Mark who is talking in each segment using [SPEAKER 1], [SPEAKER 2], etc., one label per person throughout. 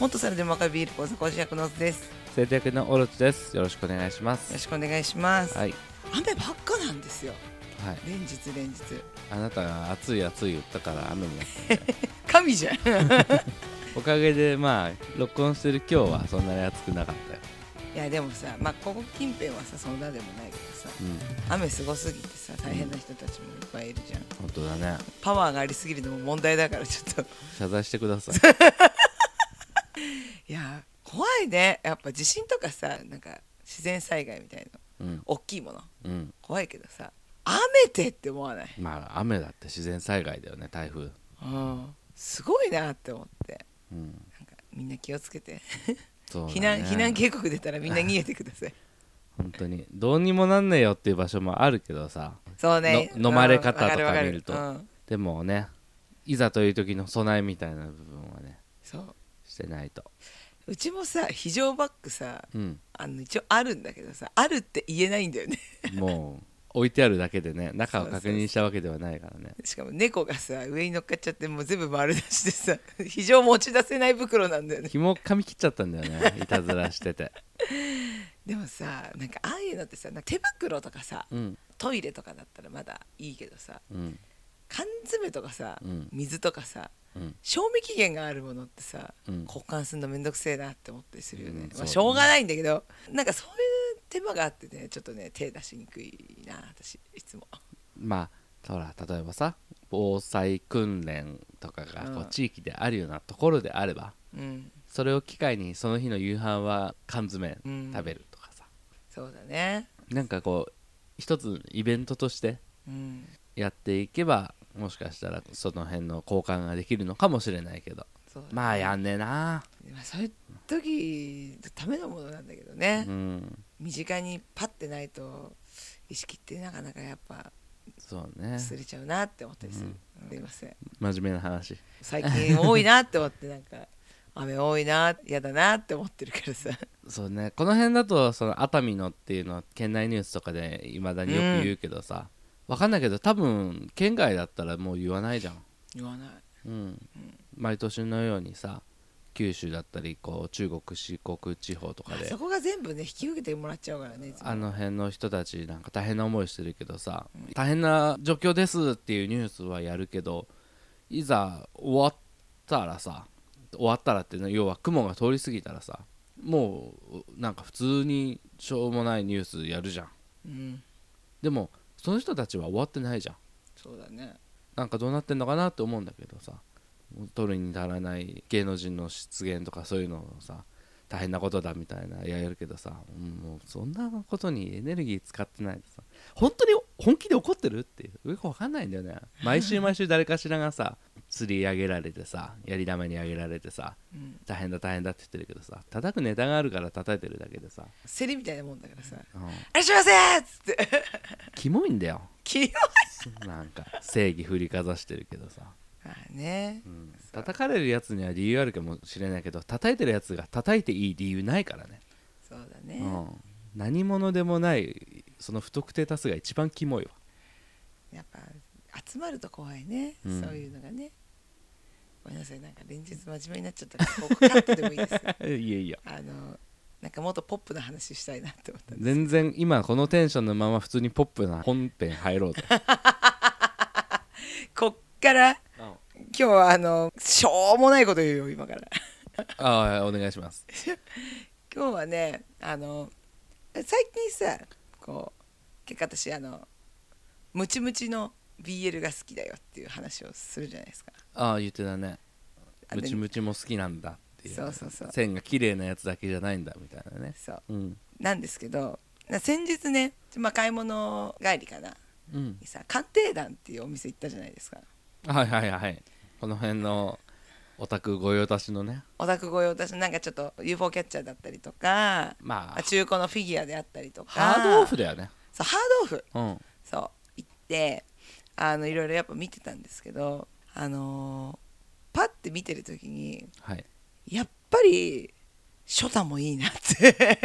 [SPEAKER 1] もっとさらでもわかるビール講座講師役のオズですよ
[SPEAKER 2] 制定役のオロチですよろしくお願いします
[SPEAKER 1] ろしくお願いします、
[SPEAKER 2] はい
[SPEAKER 1] 雨ばっかなんですよ
[SPEAKER 2] はい
[SPEAKER 1] 連日連日
[SPEAKER 2] あなたが暑い暑い言ったから雨も
[SPEAKER 1] 神じゃん い
[SPEAKER 2] おかげでまあ録音してる今日はそんなに暑くなかったよ
[SPEAKER 1] やでもさまあここ近辺はさそんなでもないけどさ
[SPEAKER 2] うん
[SPEAKER 1] 雨すごすぎてさ大変な人たちもいっぱいいるじゃん
[SPEAKER 2] 本当だね
[SPEAKER 1] パワーがありすぎるのも問題だからちょっと
[SPEAKER 2] 謝罪してください
[SPEAKER 1] いや怖いねやっぱ地震とかさなんか自然災害みたいな
[SPEAKER 2] うん
[SPEAKER 1] 大きいもの
[SPEAKER 2] うん
[SPEAKER 1] 怖いけどさ雨でって思わない、
[SPEAKER 2] まあ雨だって自然災害だよね台風
[SPEAKER 1] うん、すごいなって思って
[SPEAKER 2] うん
[SPEAKER 1] なんかみんな気をつけて、
[SPEAKER 2] そうだね
[SPEAKER 1] 避難避難警告出たらみんな逃げてくださ い
[SPEAKER 2] 本当にどうにもなんねえよっていう場所もあるけどさ
[SPEAKER 1] そうね
[SPEAKER 2] の飲まれ方
[SPEAKER 1] うんわるわる
[SPEAKER 2] とか見ると
[SPEAKER 1] うん
[SPEAKER 2] でもねいざという時の備えみたいな部分はね
[SPEAKER 1] そう
[SPEAKER 2] してないと
[SPEAKER 1] うちもさ非常バッグさ
[SPEAKER 2] うん
[SPEAKER 1] あの一応あるんだけどさあるって言えないんだよね
[SPEAKER 2] もう置いてあるだけでね中を確認したわけではないからね
[SPEAKER 1] しかも猫がさ上に乗っかっちゃってもう全部丸出してさ 非常持ち出せない袋なんだよね
[SPEAKER 2] 紐噛み切っちゃったんだよねいたずらしてて
[SPEAKER 1] でもさなんかああいうのってさなんか手袋とかさ
[SPEAKER 2] うん
[SPEAKER 1] トイレとかだったらまだいいけどさ
[SPEAKER 2] うん
[SPEAKER 1] 缶詰とかさ、
[SPEAKER 2] うん
[SPEAKER 1] 水とかさ
[SPEAKER 2] うん
[SPEAKER 1] 賞味期限があるものってさ、
[SPEAKER 2] うん
[SPEAKER 1] 交換するのめんどくせえなって思ったりするよね、ま
[SPEAKER 2] うんそうだ
[SPEAKER 1] あ、
[SPEAKER 2] ね
[SPEAKER 1] しょうがないんだけどなんかそういう手間があってねちょっとね手出しにくいな私いつも
[SPEAKER 2] まあほら例えばさ防災訓練とかがこ
[SPEAKER 1] う
[SPEAKER 2] うん地域であるようなところであれば、
[SPEAKER 1] うん
[SPEAKER 2] それを機会にその日の夕飯は缶詰
[SPEAKER 1] うん
[SPEAKER 2] 食べるとかさ、
[SPEAKER 1] そうだね
[SPEAKER 2] なんかこう一つイベントとして
[SPEAKER 1] うん
[SPEAKER 2] やっていけばもしかしたらその辺の交換ができるのかもしれないけど
[SPEAKER 1] そうだね
[SPEAKER 2] まあやんねえな
[SPEAKER 1] まあそういう時のためのものなんだけどね、
[SPEAKER 2] うん
[SPEAKER 1] 身近にパッてないと意識ってなかなかやっぱ
[SPEAKER 2] そうね
[SPEAKER 1] 忘れちゃうなって思ったりする、すいません
[SPEAKER 2] 真面目な話
[SPEAKER 1] 最近多いなって思ってなんか雨多いな嫌だなって思ってるからさ
[SPEAKER 2] そうねこの辺だとその熱海のっていうのは県内ニュースとかでいまだによく言うけどさ、わかんないけど多分県外だったらもう 言わないじゃん、
[SPEAKER 1] 言わない
[SPEAKER 2] うん毎年のようにさ九州だったりこう中国四国地方とか
[SPEAKER 1] あ
[SPEAKER 2] で
[SPEAKER 1] そこが全部ね引き受けてもらっちゃうからねいつも
[SPEAKER 2] あの辺の人たちなんか大変な思いしてるけどさ、大変な状況ですっていうニュースはやるけどいざ終わったらさ終わったらっていうのは要は雲が通り過ぎたらさもうなんか普通にしょうもないニュースやるじゃん
[SPEAKER 1] うん
[SPEAKER 2] でもその人たちは終わってないじゃん
[SPEAKER 1] そうだね
[SPEAKER 2] なんかどうなってんのかなって思うんだけどさ取るに足らない芸能人の出現とかそういうのをさ大変なことだみたいなやるけどさうんもうそんなことにエネルギー使ってないでさ本当に本気で怒ってるっていうよくわかんないんだよね毎週毎週誰かしらがさ釣り上げられてさやり玉に上げられてさ
[SPEAKER 1] うん
[SPEAKER 2] 大変だ大変だって言ってるけどさ叩くネタがあるから叩いてるだけでさ、
[SPEAKER 1] 競りみたいなもんだからさ
[SPEAKER 2] うん
[SPEAKER 1] 「あれしません!」っつって
[SPEAKER 2] キモいんだよ
[SPEAKER 1] 「キモい!
[SPEAKER 2] なんか正義振りかざしてるけどさ」
[SPEAKER 1] まあね
[SPEAKER 2] 叩かれるやつには理由あるかもしれないけど叩いてるやつが叩いていい理由ないからね、
[SPEAKER 1] そうだ
[SPEAKER 2] う
[SPEAKER 1] ね
[SPEAKER 2] ん、何者でもないその不特定多数が一番キモいわ
[SPEAKER 1] やっぱ集まると怖いねそう
[SPEAKER 2] うん
[SPEAKER 1] いうのがねごめんなさいなんか連日真面目になっちゃったからここカットでもいい です
[SPEAKER 2] いやいや
[SPEAKER 1] あのなんかもっとポップな話したいなって思った
[SPEAKER 2] 全然今このテンションのまま普通にポップな本編入ろうと
[SPEAKER 1] こっから
[SPEAKER 2] あ
[SPEAKER 1] 今日はあのしょうもないこと言うよ今から
[SPEAKER 2] あお願いします
[SPEAKER 1] 今日はねあの最近さこう結構私あのムチムチの BL が好きだよっていう話をするじゃないですか
[SPEAKER 2] ああ言ってたね
[SPEAKER 1] あ
[SPEAKER 2] ム
[SPEAKER 1] で
[SPEAKER 2] チムチも好きなんだっていう
[SPEAKER 1] そうそうそう
[SPEAKER 2] 線が綺麗なやつだけじゃないんだみたいなね
[SPEAKER 1] そう
[SPEAKER 2] うん
[SPEAKER 1] なんですけどな先日ね、まあ、買い物帰りかな
[SPEAKER 2] うん
[SPEAKER 1] にさ鑑定団っていうお店行ったじゃないですか
[SPEAKER 2] はいはいはいこの辺のオタク御用達のね
[SPEAKER 1] オタク御用達のなんかちょっと UFO キャッチャーだったりとか、
[SPEAKER 2] まあ
[SPEAKER 1] 中古のフィギュアであったりとか
[SPEAKER 2] ハードオフだよね
[SPEAKER 1] そうハードオフ
[SPEAKER 2] うん
[SPEAKER 1] そう行ってあのいろいろやっぱ見てたんですけどあのーパッて見てる時に
[SPEAKER 2] はい
[SPEAKER 1] やっぱりショタもいいなって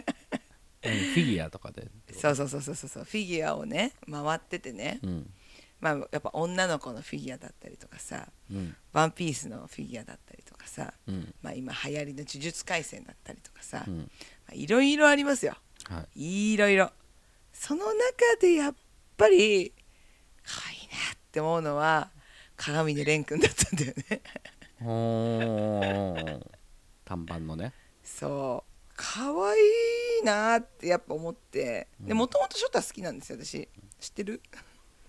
[SPEAKER 2] 何フィギュアとかで
[SPEAKER 1] そうそうそうそうそうそうフィギュアをね回っててね、
[SPEAKER 2] うん
[SPEAKER 1] ままあ、やっぱ女の子のフィギュアだったりとかさ
[SPEAKER 2] うん
[SPEAKER 1] ワンピースのフィギュアだったりとかさ、
[SPEAKER 2] うん
[SPEAKER 1] まあ、今流行りの呪術廻戦だったりとかさ、
[SPEAKER 2] う
[SPEAKER 1] ま
[SPEAKER 2] ん
[SPEAKER 1] あいろいろありますよ
[SPEAKER 2] はい
[SPEAKER 1] いろいろその中でやっぱり可愛いなって思うのは鏡で蓮くんだったんだよ ね
[SPEAKER 2] おー短パンのね
[SPEAKER 1] そう可愛いなってやっぱ思ってでもともとショタ好きなんですよ私知ってる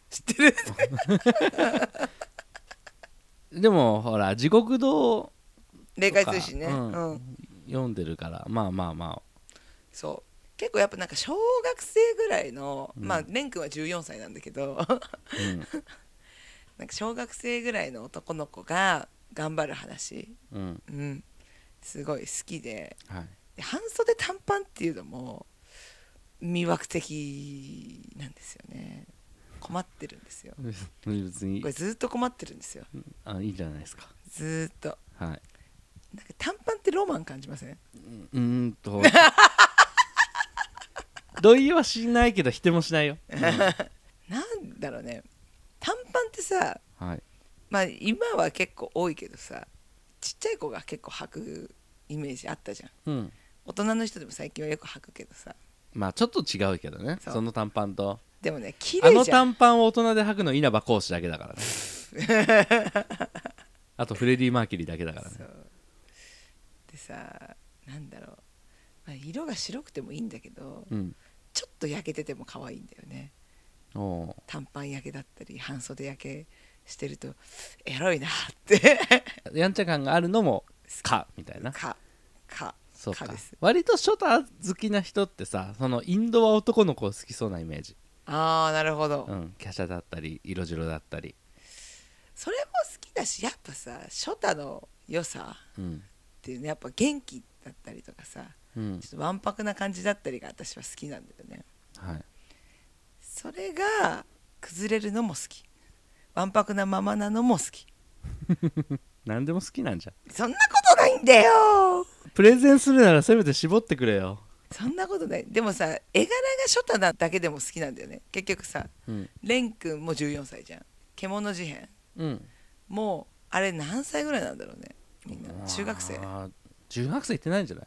[SPEAKER 1] 知って る
[SPEAKER 2] でもほら地獄堂
[SPEAKER 1] 霊
[SPEAKER 2] と
[SPEAKER 1] 界
[SPEAKER 2] か
[SPEAKER 1] 通信ね、
[SPEAKER 2] うん
[SPEAKER 1] うん、
[SPEAKER 2] 読んでるからまあまあま
[SPEAKER 1] そう結構やっぱなんか小学生ぐらいの、
[SPEAKER 2] うん
[SPEAKER 1] まあ蓮くんは14歳なんだけど
[SPEAKER 2] あ、う
[SPEAKER 1] なんか小学生ぐらいの男の子が頑張る話、
[SPEAKER 2] んうん
[SPEAKER 1] うん、すごい好きで
[SPEAKER 2] はい、
[SPEAKER 1] で半袖短パンっていうのも魅惑的なんですよね困ってるんですよ
[SPEAKER 2] 別に
[SPEAKER 1] これずっと困ってるんですよ
[SPEAKER 2] あいいじゃないですか
[SPEAKER 1] ずっと
[SPEAKER 2] はい
[SPEAKER 1] なんか短パンってロマン感じません
[SPEAKER 2] うーんと同意はしないけど否定もしないよ、うん
[SPEAKER 1] なんだろうね短パンってさ
[SPEAKER 2] はい
[SPEAKER 1] まあ今は結構多いけどさちっちゃい子が結構履くイメージあったじゃん
[SPEAKER 2] うん
[SPEAKER 1] 大人の人でも最近はよく履くけどさ
[SPEAKER 2] まあちょっと違うけどね
[SPEAKER 1] そ
[SPEAKER 2] そうの短パンと
[SPEAKER 1] でもね綺
[SPEAKER 2] あ
[SPEAKER 1] 麗
[SPEAKER 2] の
[SPEAKER 1] じゃん
[SPEAKER 2] 短パンを大人で履くの稲葉講師だけだからね あとフレディ・マーキュリーだけだからね
[SPEAKER 1] そうでさなんだろう、まあ、色が白くてもいいんだけど、
[SPEAKER 2] うん
[SPEAKER 1] ちょっと焼けてても可愛いんだよね
[SPEAKER 2] おー
[SPEAKER 1] 短パン焼けだったり半袖焼けしてるとエロいなって
[SPEAKER 2] やんちゃ感があるのも「か」みたいな
[SPEAKER 1] かか
[SPEAKER 2] そうか
[SPEAKER 1] です
[SPEAKER 2] 割とショタ好きな人ってさそのインドは男の子好きそうなイメージ、
[SPEAKER 1] ああなるほど、
[SPEAKER 2] うん、華奢だったり色白だったり、
[SPEAKER 1] それも好きだしやっぱさショタの良さ
[SPEAKER 2] うん
[SPEAKER 1] っていうねやっぱ元気だったりとかさ
[SPEAKER 2] うん
[SPEAKER 1] ちょっとわんぱくな感じだったりが私は好きなんだよね
[SPEAKER 2] はい、
[SPEAKER 1] それが崩れるのも好きわんぱくなままなのも好き
[SPEAKER 2] 何でも好きなんじゃ
[SPEAKER 1] そんなことないんだよ
[SPEAKER 2] プレゼンするならせめて絞ってくれよ、
[SPEAKER 1] そんなことないでもさ絵柄がショタなだけでも好きなんだよね結局さ
[SPEAKER 2] うん
[SPEAKER 1] レン君も14歳じゃん獣事変
[SPEAKER 2] うん、
[SPEAKER 1] もうあれ何歳ぐらいなんだろうねみんな中学生っ
[SPEAKER 2] あー中学生行ってないんじゃない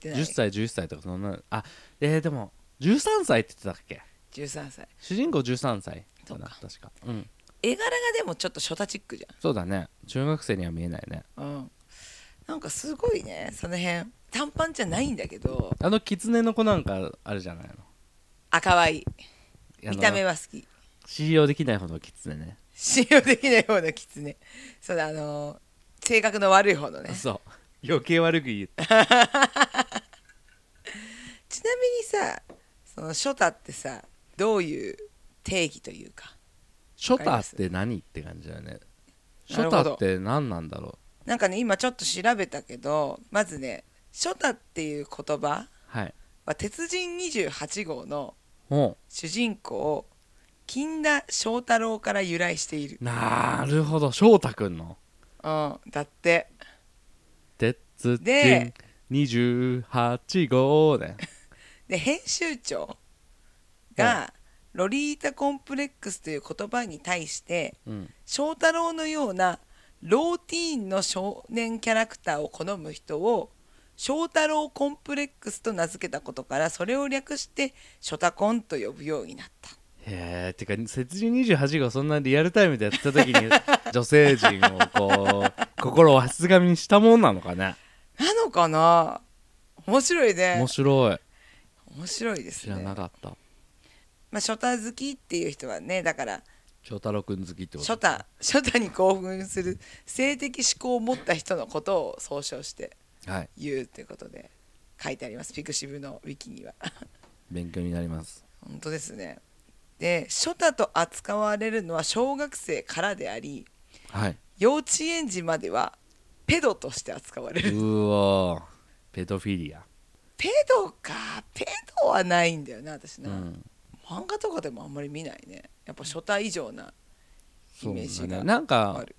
[SPEAKER 1] てない
[SPEAKER 2] 10歳11歳とかそんなあえー、でも13歳って言ってたっけ
[SPEAKER 1] 13歳
[SPEAKER 2] 主人公13歳
[SPEAKER 1] そ
[SPEAKER 2] だ
[SPEAKER 1] う
[SPEAKER 2] な
[SPEAKER 1] か
[SPEAKER 2] 確か、うん、
[SPEAKER 1] 絵柄がでもちょっとショタチックじ
[SPEAKER 2] そうだね中学生には見えないね
[SPEAKER 1] ゃんうんなんかすごいねその辺短パンじゃないんだけど
[SPEAKER 2] あの狐の子なんかあるじゃないの
[SPEAKER 1] あ可愛い
[SPEAKER 2] あの
[SPEAKER 1] 見た目は好き
[SPEAKER 2] 信用できないほどの狐ね
[SPEAKER 1] 信用できない方のキツネそうだあのー性格の悪い方のね
[SPEAKER 2] そう余計悪く言って
[SPEAKER 1] ちなみにさそのショタってさどういう定義というか
[SPEAKER 2] ショタって何って感じだよねシ
[SPEAKER 1] なる
[SPEAKER 2] ョ
[SPEAKER 1] ほど
[SPEAKER 2] タって何なんだろう
[SPEAKER 1] なんかね今ちょっと調べたけどまずねショタっていう言葉
[SPEAKER 2] はい
[SPEAKER 1] は鉄人28号の
[SPEAKER 2] お
[SPEAKER 1] 主人公金田正太郎から由来している、
[SPEAKER 2] なるほど翔太くんの
[SPEAKER 1] うん、だって
[SPEAKER 2] 鉄人
[SPEAKER 1] で
[SPEAKER 2] 28号ね
[SPEAKER 1] で編集長がロリータコンプレックスという言葉に対して
[SPEAKER 2] うん
[SPEAKER 1] 翔太郎のようなローティーンの少年キャラクターを好む人を翔太郎コンプレックスと名付けたことからそれを略してショタコンと呼ぶようになった
[SPEAKER 2] へえてか雪人28号そんなリアルタイムでやった時に 女性陣をこう心をわしづかみにしたもんなのかね
[SPEAKER 1] なのかな面白いね
[SPEAKER 2] 面白い
[SPEAKER 1] 面白いです
[SPEAKER 2] 知ら
[SPEAKER 1] ね
[SPEAKER 2] なかった
[SPEAKER 1] まあショタ好きっていう人はねだから
[SPEAKER 2] 翔太郎くん好きってこ
[SPEAKER 1] ショ
[SPEAKER 2] と
[SPEAKER 1] タショタに興奮する性的思考を持った人のことを総称して
[SPEAKER 2] はい
[SPEAKER 1] 言うということで書いてありますピクシブのウィキには
[SPEAKER 2] 勉強になります
[SPEAKER 1] 本当ですねで初太と扱われるのは小学生からであり
[SPEAKER 2] はい
[SPEAKER 1] 幼稚園児まではペドとして扱われる
[SPEAKER 2] うわペドフィリア
[SPEAKER 1] ペドかペドはないんだよな私
[SPEAKER 2] う
[SPEAKER 1] な、
[SPEAKER 2] ん
[SPEAKER 1] 漫画とかでもあんまり見ないねやっぱ初太以上なイ
[SPEAKER 2] そう
[SPEAKER 1] メージが
[SPEAKER 2] だねなん
[SPEAKER 1] あ
[SPEAKER 2] か
[SPEAKER 1] る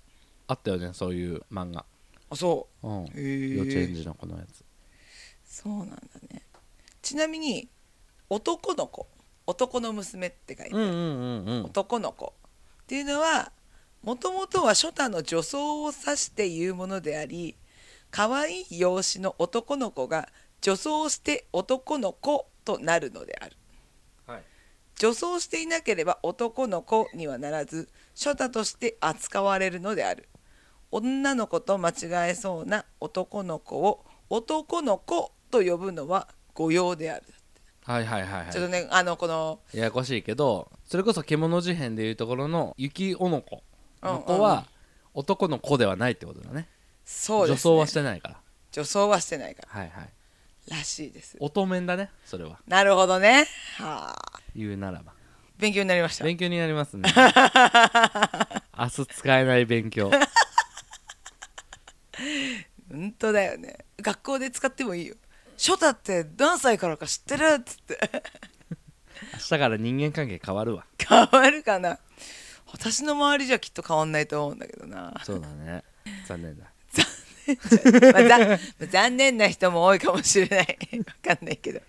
[SPEAKER 2] あったよねそういう漫画
[SPEAKER 1] あそう
[SPEAKER 2] うん
[SPEAKER 1] へー
[SPEAKER 2] 幼稚園児の子のやつ
[SPEAKER 1] そうなんだねちなみに男の子男の娘って書いて、
[SPEAKER 2] うんうんうんうん
[SPEAKER 1] 男の子っっていうのはもともとは初太の女装を指して言うものであり可愛い容姿の男の子が女装して男の子となるのである
[SPEAKER 2] はい
[SPEAKER 1] 女装していなければ男の子にはならず初太として扱われるのである女の子と間違えそうな男の子を男の子と呼ぶのは誤用である、
[SPEAKER 2] はいはいはいはい
[SPEAKER 1] ちょっとねあのこの
[SPEAKER 2] ややこしいけどそれこそ獣事変でいうところの雪男子
[SPEAKER 1] うんうん
[SPEAKER 2] の子は男の子ではないってことだね
[SPEAKER 1] そうです、ね、
[SPEAKER 2] 女装はしてないから
[SPEAKER 1] 女装はしてないか
[SPEAKER 2] はいはい
[SPEAKER 1] ららしいです
[SPEAKER 2] 乙面だねそれは
[SPEAKER 1] なるほどねはあ
[SPEAKER 2] 言うならば
[SPEAKER 1] 勉強になりました
[SPEAKER 2] 勉強になりま すね明日使えない勉強
[SPEAKER 1] 本当だよね学校で使ってもいいよ初太って何歳からか知ってるっつって
[SPEAKER 2] 明日から人間関係変わるわ
[SPEAKER 1] 変わるかな私の周りじゃきっと変わんないと思うんだけどな
[SPEAKER 2] そうだね残念だ
[SPEAKER 1] まあざまあ残念な人も多いかもしれない わかんないけど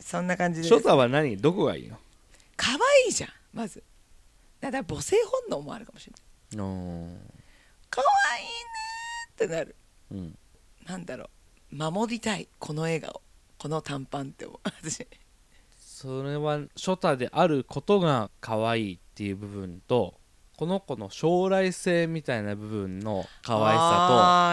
[SPEAKER 1] そんな感じで
[SPEAKER 2] 所作は何どこがいいの
[SPEAKER 1] 可愛いじゃんまずだから母性本能もあるかもしれない可愛いねーってなる
[SPEAKER 2] うん
[SPEAKER 1] なんだろう守りたいこの笑顔この短パンって思う私
[SPEAKER 2] それは初太であることが可愛いっていう部分とこの子の将来性みたいな部分の可愛さ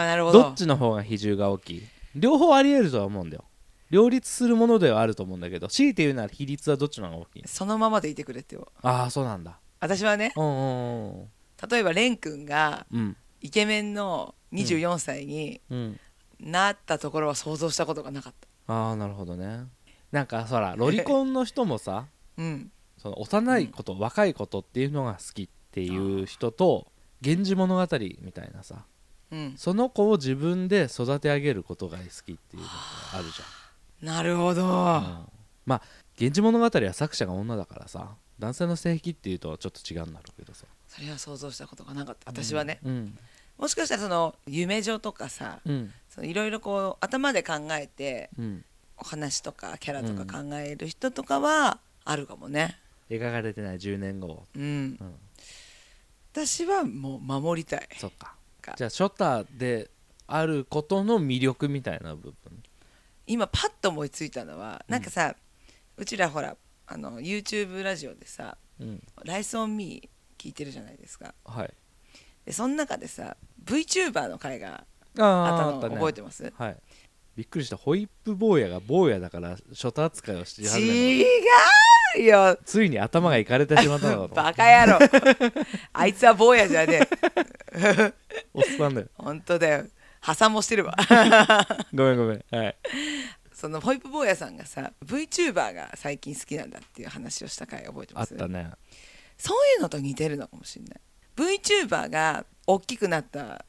[SPEAKER 1] あーなる
[SPEAKER 2] と
[SPEAKER 1] ほ
[SPEAKER 2] ど
[SPEAKER 1] ど
[SPEAKER 2] っちの方が比重が大きい両方あり得るとは思うんだよ両立するものではあると思うんだけど強いて言うなら比率はどっちの方が大きい
[SPEAKER 1] そのままでいてくれって思う
[SPEAKER 2] ああそうなんだ
[SPEAKER 1] 私はね
[SPEAKER 2] うんうんうん
[SPEAKER 1] 例えば蓮くんが
[SPEAKER 2] うん
[SPEAKER 1] イケメンの24歳に
[SPEAKER 2] うん
[SPEAKER 1] なったところは想像したことがなかっ
[SPEAKER 2] ああなるほどねなんかそらロリコンの人もさ
[SPEAKER 1] たうん
[SPEAKER 2] その幼いこと、若いことっていうのが好きっていう人と「源氏物語」みたいなさ
[SPEAKER 1] うん
[SPEAKER 2] その子を自分で育て上げることが好きっていうのがあるじ
[SPEAKER 1] なるほど、
[SPEAKER 2] ゃん、うんまあ「源氏物語」は作者が女だからさ男性の性癖っていうとちょっと違うんだろうけどさ
[SPEAKER 1] それは想像したことがなかった私はね、
[SPEAKER 2] うん
[SPEAKER 1] もしかしたらその夢女とかさ
[SPEAKER 2] うん
[SPEAKER 1] そのいろいろこう頭で考えて
[SPEAKER 2] うん
[SPEAKER 1] お話とかキャラとか考える人とかはあるかもね
[SPEAKER 2] 描かれてない10年後
[SPEAKER 1] うん
[SPEAKER 2] うん
[SPEAKER 1] 私はもう守りたい
[SPEAKER 2] そっか
[SPEAKER 1] か
[SPEAKER 2] じゃあショタであることの魅力みたいな部分
[SPEAKER 1] 今パッと思いついたのはなんかさ、うちらほらあの YouTube ラジオでさ
[SPEAKER 2] うん
[SPEAKER 1] 「ライス・オン・ミー」聞いてるじゃないですか
[SPEAKER 2] はい
[SPEAKER 1] でその中でさ VTuber の回が
[SPEAKER 2] あ
[SPEAKER 1] あった
[SPEAKER 2] あっ
[SPEAKER 1] の
[SPEAKER 2] ね
[SPEAKER 1] 覚えてます
[SPEAKER 2] はいびっくりしたホイップ坊やが坊やだからショタ扱いをして始めた
[SPEAKER 1] 違うよ
[SPEAKER 2] ついに頭がいかれてしまったのか と
[SPEAKER 1] バカ野郎 あいつは坊やじゃねえ
[SPEAKER 2] おっさんだよ
[SPEAKER 1] 本当だよ破産もして るわ
[SPEAKER 2] ごめんごめんはい
[SPEAKER 1] そのホイップ坊やさんがさ VTuber が最近好きなんだっていう話をした回覚えて
[SPEAKER 2] あ
[SPEAKER 1] ま
[SPEAKER 2] っ
[SPEAKER 1] す
[SPEAKER 2] たね
[SPEAKER 1] そういうのと似てるのかもしれない VTuber が大きくなった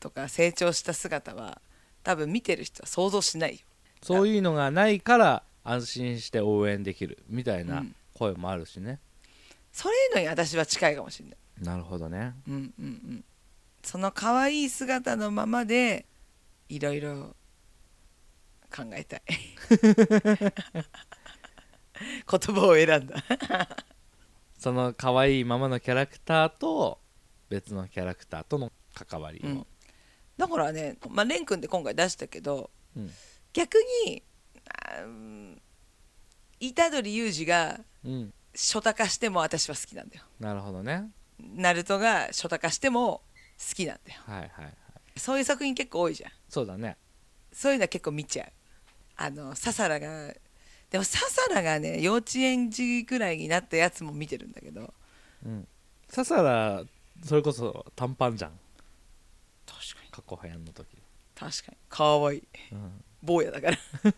[SPEAKER 1] とか成長した姿は多分見てる人は想像しないよ
[SPEAKER 2] そういうのがないから安心して応援できるみたいうなん声もあるしね、
[SPEAKER 1] そういうのに私は近いかもしれない
[SPEAKER 2] なるほどね
[SPEAKER 1] うんうんうんその可愛い姿のままでいろいろ考え たい言葉を選んだ
[SPEAKER 2] その可愛いままのキャラクターと別のキャラクターとの関わりを、
[SPEAKER 1] うんだからね、まあ、レン君って今回出したけど
[SPEAKER 2] うん
[SPEAKER 1] 逆にあーうん虎杖裕二が
[SPEAKER 2] うん
[SPEAKER 1] 初太化しても私は好きなんだよ
[SPEAKER 2] なるほどね
[SPEAKER 1] ナルトが初太化しても好きなんだよ
[SPEAKER 2] はいはいはい
[SPEAKER 1] そういう作品結構多いじゃん
[SPEAKER 2] そうだね
[SPEAKER 1] そういうのは結構見ちゃうあのササラがでもササラがね幼稚園児ぐらいになったやつも見てるんだけど
[SPEAKER 2] うんササラそれこそ短パンじゃん
[SPEAKER 1] 確かに
[SPEAKER 2] 過去流行の時、
[SPEAKER 1] 確かにかわいい
[SPEAKER 2] うん、
[SPEAKER 1] 坊やだから じ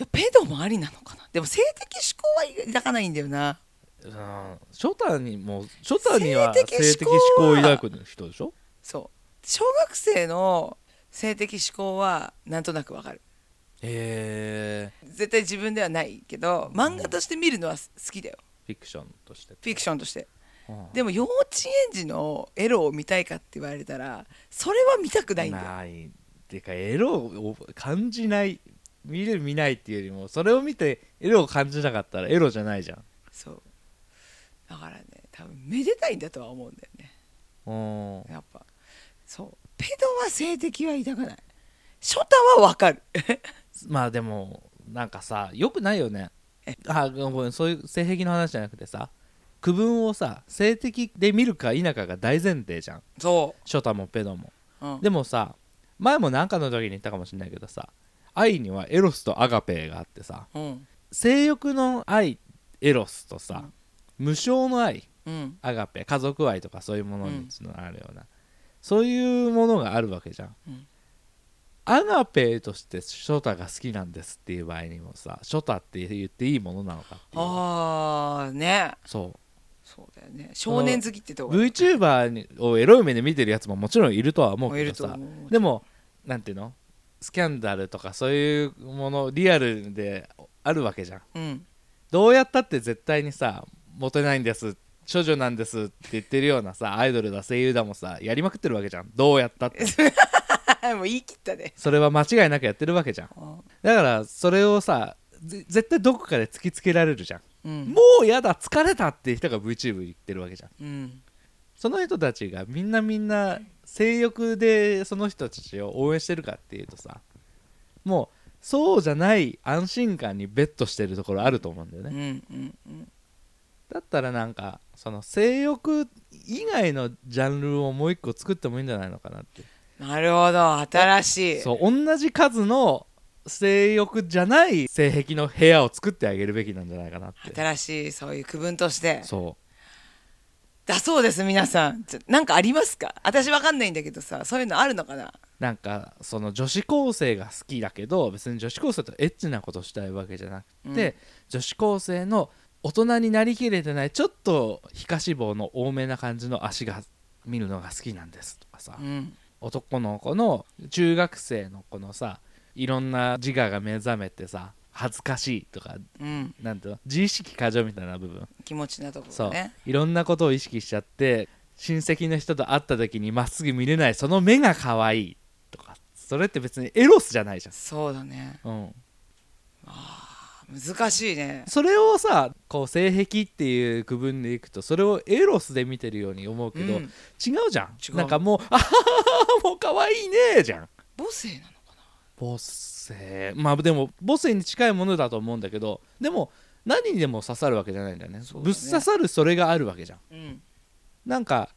[SPEAKER 1] ゃあペドもありなのかなでも性的指向は抱かないんだよな
[SPEAKER 2] うんショタにもショタには
[SPEAKER 1] 性
[SPEAKER 2] 性
[SPEAKER 1] 的
[SPEAKER 2] 的
[SPEAKER 1] 指
[SPEAKER 2] 思
[SPEAKER 1] 向は
[SPEAKER 2] 考を抱く人でしょ
[SPEAKER 1] そう小学生の性的指向はなんとなくわかる
[SPEAKER 2] へえ
[SPEAKER 1] 絶対自分ではないけど漫画として見るのは好きだよ
[SPEAKER 2] フィクションとして
[SPEAKER 1] フィクションとして
[SPEAKER 2] で
[SPEAKER 1] でも幼稚園児のエロを見たいかって言われたらそれは見たくないんだよ
[SPEAKER 2] ないっていうかエロを感じない見る見ないっていうよりもそれを見てエロを感じなかったらエロじゃないじゃん
[SPEAKER 1] そうだからね多分めでたいんだとは思うんだよね
[SPEAKER 2] うん
[SPEAKER 1] やっぱそうペドは性的は抱かないショタはわ かる
[SPEAKER 2] まあでもなんかさよくないよね
[SPEAKER 1] え
[SPEAKER 2] あごめんそういう性癖の話じゃなくてさ区分をさ性的で見るか否かが大前提じゃん
[SPEAKER 1] そ
[SPEAKER 2] ショタもペドも
[SPEAKER 1] う、うん、
[SPEAKER 2] でもさ前も何かの時に言ったかもしれないけどさ愛にはエロスとアガペーがあってさ
[SPEAKER 1] うん
[SPEAKER 2] 性欲の愛エロスとさ、無償の愛
[SPEAKER 1] うん
[SPEAKER 2] アガペ家族愛とかそういうもの
[SPEAKER 1] う
[SPEAKER 2] に
[SPEAKER 1] ん
[SPEAKER 2] つながるような、そういうものがあるわけじゃん、
[SPEAKER 1] うん
[SPEAKER 2] アガペとしてショタが好きなんですっていう場合にもさショタって言っていいものなのかっていう
[SPEAKER 1] ああね
[SPEAKER 2] そ
[SPEAKER 1] そうだよね少年好きってと
[SPEAKER 2] う
[SPEAKER 1] こ
[SPEAKER 2] VTuber にをエロい目で見てるやつももちろんいるとは思う
[SPEAKER 1] もい
[SPEAKER 2] け
[SPEAKER 1] る
[SPEAKER 2] ど
[SPEAKER 1] と
[SPEAKER 2] さ
[SPEAKER 1] 思う
[SPEAKER 2] でもなんていうのスキャンダルとかそういうものリアルであるわけじゃん
[SPEAKER 1] うん
[SPEAKER 2] どうやったって絶対にさモテないんです処女なんですって言ってるようなさアイドルだ声優だもさやりまくってるわけじゃんどうやったって
[SPEAKER 1] もう言い切ったね
[SPEAKER 2] それは間違いなくやってるわけじゃん
[SPEAKER 1] うん
[SPEAKER 2] だからそれをさぜ絶対どこかで突きつけられるじゃん、
[SPEAKER 1] うん
[SPEAKER 2] もうやだ疲れたっていう人が VTube に言ってるわけじゃん
[SPEAKER 1] うん
[SPEAKER 2] その人たちがみんなみんな性欲でその人たちを応援してるかっていうとさもうそうじゃない安心感にベットしてるところあると思うんだよね
[SPEAKER 1] うんうんうん
[SPEAKER 2] だったらなんかその性欲以外のジャンルをもう一個作ってもいいんじゃないのかなって
[SPEAKER 1] なるほど新しい
[SPEAKER 2] そう同じ数の性欲じゃない性癖の部屋を作ってあげるべきなんじゃないかなって
[SPEAKER 1] 新しいそういう区分として
[SPEAKER 2] そ
[SPEAKER 1] だそうです皆さんちょなんかありますか私わかんないんだけどさそういうのあるのかな
[SPEAKER 2] うなんかその女子高生が好きだけど別に女子高生とエッチなことしたいわけじゃなくて、
[SPEAKER 1] うん
[SPEAKER 2] 女子高生の大人になりきれてないちょっと皮下脂肪の多めな感じの足が見るのが好きなんですとかさ、
[SPEAKER 1] うん
[SPEAKER 2] 男の子の中学生の子のさいろんな自我が目覚めてさ恥ずかしいとか
[SPEAKER 1] うん
[SPEAKER 2] なんていうの自意識過剰みたいな部分
[SPEAKER 1] 気持ちなとこ
[SPEAKER 2] そ
[SPEAKER 1] ろ
[SPEAKER 2] う
[SPEAKER 1] ね
[SPEAKER 2] いろんなことを意識しちゃって親戚の人と会った時にまっすぐ見れないその目が可愛いとかそれって別にエロスじゃないじ
[SPEAKER 1] そうだね
[SPEAKER 2] ゃん、うん、
[SPEAKER 1] 難しいね
[SPEAKER 2] それをさこう性癖っていう区分でいくとそれをエロスで見てるように思うけど、
[SPEAKER 1] うん
[SPEAKER 2] 違うじゃん
[SPEAKER 1] 違う
[SPEAKER 2] なんかもう「あはははもう可愛いね」じゃん
[SPEAKER 1] 母性なのか
[SPEAKER 2] 母性まあでも母性に近いものだと思うんだけどでも何にでも刺さるわけじゃないんだよね
[SPEAKER 1] そうだ
[SPEAKER 2] ぶ
[SPEAKER 1] ね
[SPEAKER 2] っ刺さるそれがあるわけじゃん
[SPEAKER 1] なうん
[SPEAKER 2] なんか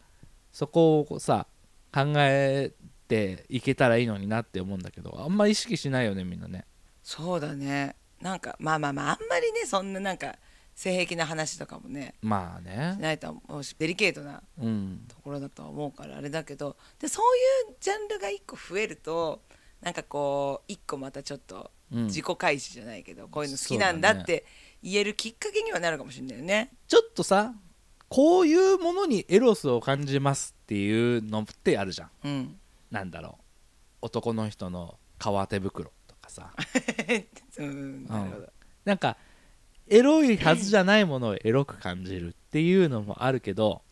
[SPEAKER 2] そこをこうさ考えていけたらいいのになって思うんだけどあんま意識しないよねみんなね
[SPEAKER 1] そうだねなんかまあまあまああんまりねそんななんか性癖な話とかもね
[SPEAKER 2] まあ
[SPEAKER 1] し
[SPEAKER 2] ね
[SPEAKER 1] ないと思うしデリケートな
[SPEAKER 2] うん
[SPEAKER 1] ところだとは思うからあれだけどでそういうジャンルが一個増えるとなんかこう一個またちょっと
[SPEAKER 2] うん
[SPEAKER 1] 自己開示じゃないけど、こういうの好きなんだ
[SPEAKER 2] そうだね
[SPEAKER 1] って言えるきっかけにはなるかもしれないよね。
[SPEAKER 2] ちょっとさこういうものにエロスを感じますっていうのってあるじゃん
[SPEAKER 1] うん、
[SPEAKER 2] なんだろう男の人の革手袋とかさ
[SPEAKER 1] うんなるほど。
[SPEAKER 2] なんかエロいはずじゃないものをエロく感じるっていうのもあるけど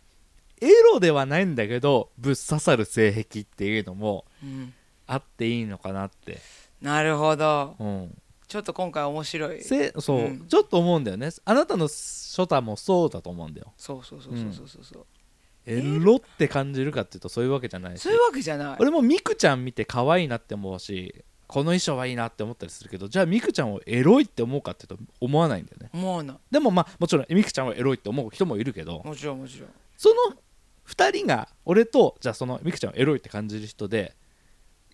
[SPEAKER 2] エロではないんだけどぶっ刺さる性癖っていうのも
[SPEAKER 1] うん
[SPEAKER 2] あっていいのかなって、
[SPEAKER 1] なるほど
[SPEAKER 2] うん、
[SPEAKER 1] ちょっと今回面白いそう
[SPEAKER 2] せそう、
[SPEAKER 1] うん
[SPEAKER 2] ちょっと思うんだよねあなたの初太もそうだと思うんだよ
[SPEAKER 1] そうそうそうそうそうそう、
[SPEAKER 2] エロって感じるかっていうとそういうわけじゃないし
[SPEAKER 1] そういうわけじゃない
[SPEAKER 2] 俺もミクちゃん見て可愛いなって思うしこの衣装はいいなって思ったりするけどじゃあミクちゃんをエロいって思うかっていうと思わないんだよね
[SPEAKER 1] 思うな
[SPEAKER 2] でもまあもちろんミクちゃんをエロいって思う人もいるけど、
[SPEAKER 1] もちろんもちろん
[SPEAKER 2] その2人が俺とじゃあそのミクちゃんをエロいって感じる人で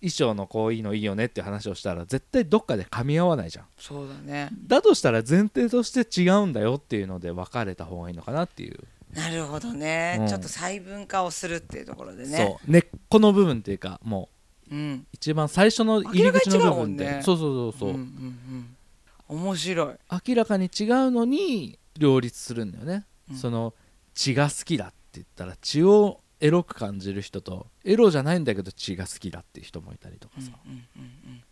[SPEAKER 2] 衣装のこういいのいいよねっていう話をしたら絶対どっかで噛み合わないじゃん
[SPEAKER 1] そうだね
[SPEAKER 2] だとしたら前提として違うんだよっていうので別れた方がいいのかなっていう、
[SPEAKER 1] なるほどね、
[SPEAKER 2] うん
[SPEAKER 1] ちょっと細分化をするっていうところでね
[SPEAKER 2] そう根っこの部分っていうかもう
[SPEAKER 1] う、ん、
[SPEAKER 2] 一番最初の入り口の部分で、
[SPEAKER 1] 明らかに違うもんね
[SPEAKER 2] そうそうそうそう、
[SPEAKER 1] うんうんうん、面白い
[SPEAKER 2] 明らかに違うのに両立するんだよね、
[SPEAKER 1] うん
[SPEAKER 2] その血が好きだって言ったら血をエロく感じる人とエロじゃないんだけど血が好きだっていう人もいたりとかさ、
[SPEAKER 1] うんうん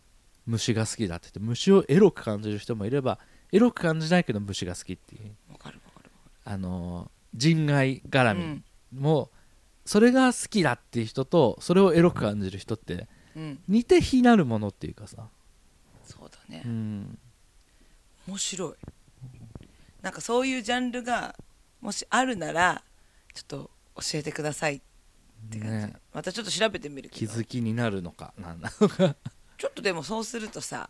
[SPEAKER 2] 虫が好きだって言って虫をエロく感じる人もいればエロく感じないけど虫が好きっていう
[SPEAKER 1] わかるわかる
[SPEAKER 2] あのー人外絡
[SPEAKER 1] う
[SPEAKER 2] み
[SPEAKER 1] ん
[SPEAKER 2] も、それが好きだっていう人とそれをエロく感じる人って
[SPEAKER 1] うん
[SPEAKER 2] 似て非なるものっていうかさ、
[SPEAKER 1] そうだね、
[SPEAKER 2] うん、
[SPEAKER 1] 面白いなんかそういうジャンルがもしあるならちょっと教えてくださいって感じ、
[SPEAKER 2] ね
[SPEAKER 1] またちょっと調べてみる
[SPEAKER 2] 気
[SPEAKER 1] けど
[SPEAKER 2] づきになるのかなんなのか
[SPEAKER 1] ちょっとでもそうするとさ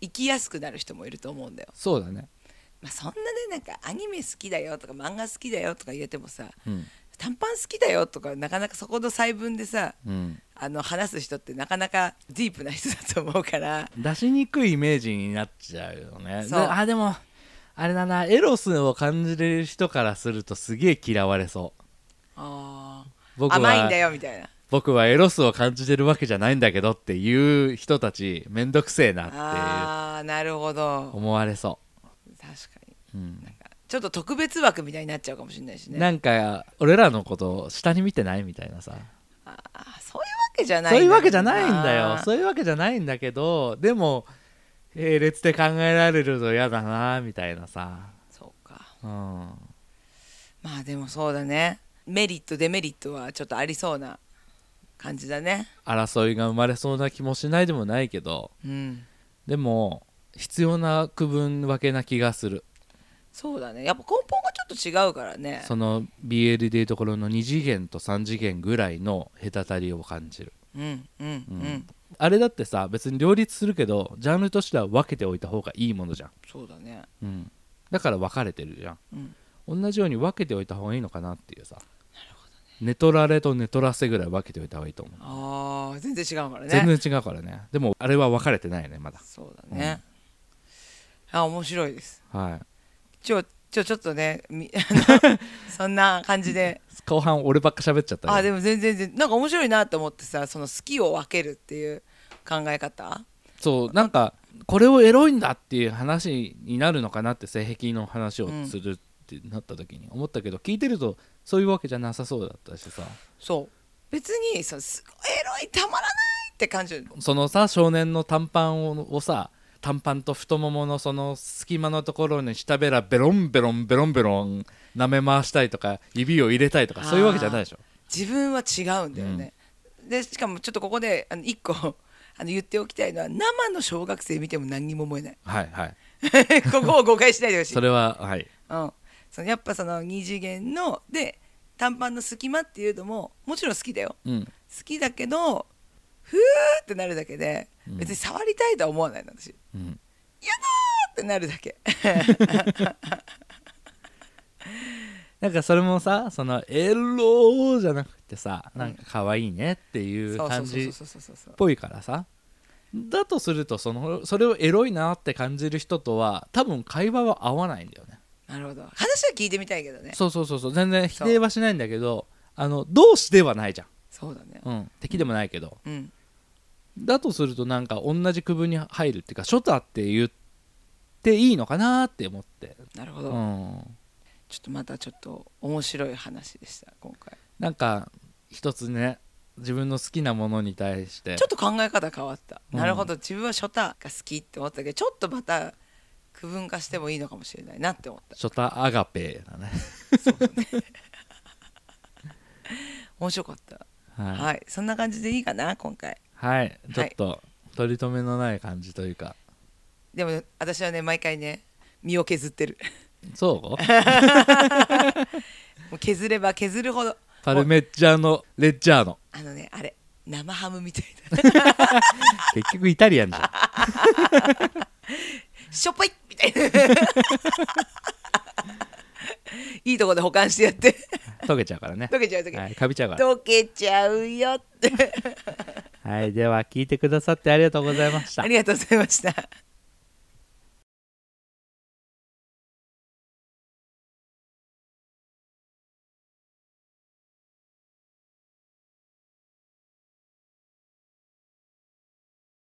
[SPEAKER 1] 生きやすくなる人もいると思うんだよ、
[SPEAKER 2] そうだね
[SPEAKER 1] まあ、そんなねなんかアニメ好きだよとか漫画好きだよとか言えてもさ
[SPEAKER 2] うん
[SPEAKER 1] 短パン好きだよとかなかなかそこの細分でさ
[SPEAKER 2] うん
[SPEAKER 1] あの話す人ってなかなかディープな人だと思うから
[SPEAKER 2] 出しにくいイメージになっちゃうよね
[SPEAKER 1] そう
[SPEAKER 2] であでもあれだなエロスを感じれる人からするとすげえ嫌われそう
[SPEAKER 1] あ
[SPEAKER 2] 僕
[SPEAKER 1] ー
[SPEAKER 2] は
[SPEAKER 1] 甘いんだよみたいな
[SPEAKER 2] 僕はエロスを感じてるわけじゃないんだけどっていう人たちめんどくせえなって
[SPEAKER 1] あーなるほど
[SPEAKER 2] 思われそ
[SPEAKER 1] 確かに
[SPEAKER 2] う、うん
[SPEAKER 1] なんかちょっと特別枠みたいになっちゃうかもしれないしね
[SPEAKER 2] なんか俺らのことを下に見てないみたいなさ
[SPEAKER 1] あーそういうわけじゃない
[SPEAKER 2] そういうわけじゃないんだよ
[SPEAKER 1] あー
[SPEAKER 2] そういうわけじゃないんだけどでも並列で考えられると嫌だなみたいなさ、
[SPEAKER 1] そうか
[SPEAKER 2] うん、
[SPEAKER 1] まあでもそうだねメリットデメリットはちょっとありそうな感じだね
[SPEAKER 2] 争いが生まれそうな気もしないでもないけど
[SPEAKER 1] うん
[SPEAKER 2] でも必要な区分分けな気がする
[SPEAKER 1] そうだねやっぱ根本がちょっと違うからね
[SPEAKER 2] その BL でいうところの2次元と3次元ぐらいの隔たりを感じる
[SPEAKER 1] うんうんうん、
[SPEAKER 2] あれだってさ別に両立するけどジャンルとしては分けておいた方がいいものじゃん、
[SPEAKER 1] そうだね
[SPEAKER 2] うん、だから分かれてるじゃん
[SPEAKER 1] うん
[SPEAKER 2] 同じように分けておいた方がいいのかなっていうさネトラレとネトラセぐらい分けておいた方がいいと思う、
[SPEAKER 1] あー全然違うからね
[SPEAKER 2] 全然違うからねでもあれは分かれてないねまだ
[SPEAKER 1] そうだね、あ面白いです
[SPEAKER 2] はい
[SPEAKER 1] ちょちょちょっとねみ あのそんな感じで
[SPEAKER 2] 後半俺ばっか喋っちゃったね
[SPEAKER 1] あでも全然全然なんか面白いなと思ってさその好きを分けるっていう考え方
[SPEAKER 2] そうなんかこれをエロいんだっていう話になるのかなって性癖の話をするってなった時に思ったけど、聞いてるとそういうわけじゃなさそうだったしさ
[SPEAKER 1] そう別にそのすごいエロいたまらないって感じ
[SPEAKER 2] そのさ少年の短パンををさ短パンと太もものその隙間のところに下べらベロンベロンベロンベロン舐め回したいとか指を入れたいとかそういうわけじゃないでしょ
[SPEAKER 1] 自分は違うんだよね、でしかもちょっとここであの一個あの言っておきたいのは生の小学生見ても何にも思えない
[SPEAKER 2] はいはい
[SPEAKER 1] ここを誤解しないでほしい
[SPEAKER 2] それははい
[SPEAKER 1] うん、そのやっぱその二次元ので短パンの隙間っていうのももちろん好きだよ
[SPEAKER 2] うん
[SPEAKER 1] 好きだけどふーってなるだけで
[SPEAKER 2] うん
[SPEAKER 1] 別に触りたいとは思わないの私
[SPEAKER 2] うん
[SPEAKER 1] ってなるだけ
[SPEAKER 2] なんかそれもさそのエロじゃなくてさなんか可愛いねっていう
[SPEAKER 1] そうそ
[SPEAKER 2] 感
[SPEAKER 1] うそう
[SPEAKER 2] じ
[SPEAKER 1] そうそうそうそう
[SPEAKER 2] っぽいからさだとするとそのそれをエロいなって感じる人とは多分会話は合わないんだよね
[SPEAKER 1] なるほど話は聞いてみたいけどね
[SPEAKER 2] そうそうそうそう全然否定はしないんだけどあの同志ではないじゃん、
[SPEAKER 1] そうだね
[SPEAKER 2] うん、敵でもないけど
[SPEAKER 1] うん
[SPEAKER 2] だとするとなんか同じ区分に入るっていうか初太って言っていいのかなって思って、
[SPEAKER 1] なるほ
[SPEAKER 2] う
[SPEAKER 1] ど、
[SPEAKER 2] ん、
[SPEAKER 1] ちょっとまたちょっと面白い話でした今回
[SPEAKER 2] なんか一つね自分の好きなものに対して
[SPEAKER 1] ちょっと考え方変わった、
[SPEAKER 2] うん
[SPEAKER 1] なるほど自分はショタが好きって思ったけどちょっとまた区分化してもいいのかもしれないなって思った
[SPEAKER 2] 初太アガペだね
[SPEAKER 1] 面白かった
[SPEAKER 2] はい、
[SPEAKER 1] はい、そんな感じでいいかな今回
[SPEAKER 2] はい、ちょっと取り留めのない感じというか
[SPEAKER 1] でも私はね毎回ね身を削ってる
[SPEAKER 2] そう
[SPEAKER 1] もう削れば削るほど
[SPEAKER 2] パルメッジャーノレッジャーノ
[SPEAKER 1] あのねあれ生ハムみたい な
[SPEAKER 2] 結局イタリアンじゃん
[SPEAKER 1] しょっぱいみたいな いいとこで保管してやって
[SPEAKER 2] 溶けちゃうからね
[SPEAKER 1] 溶けちゃう溶けちゃう、
[SPEAKER 2] はい、かびちゃうから
[SPEAKER 1] 溶けちゃうよって
[SPEAKER 2] はいでは聞いてくださってありがとうございました
[SPEAKER 1] ありがとうございました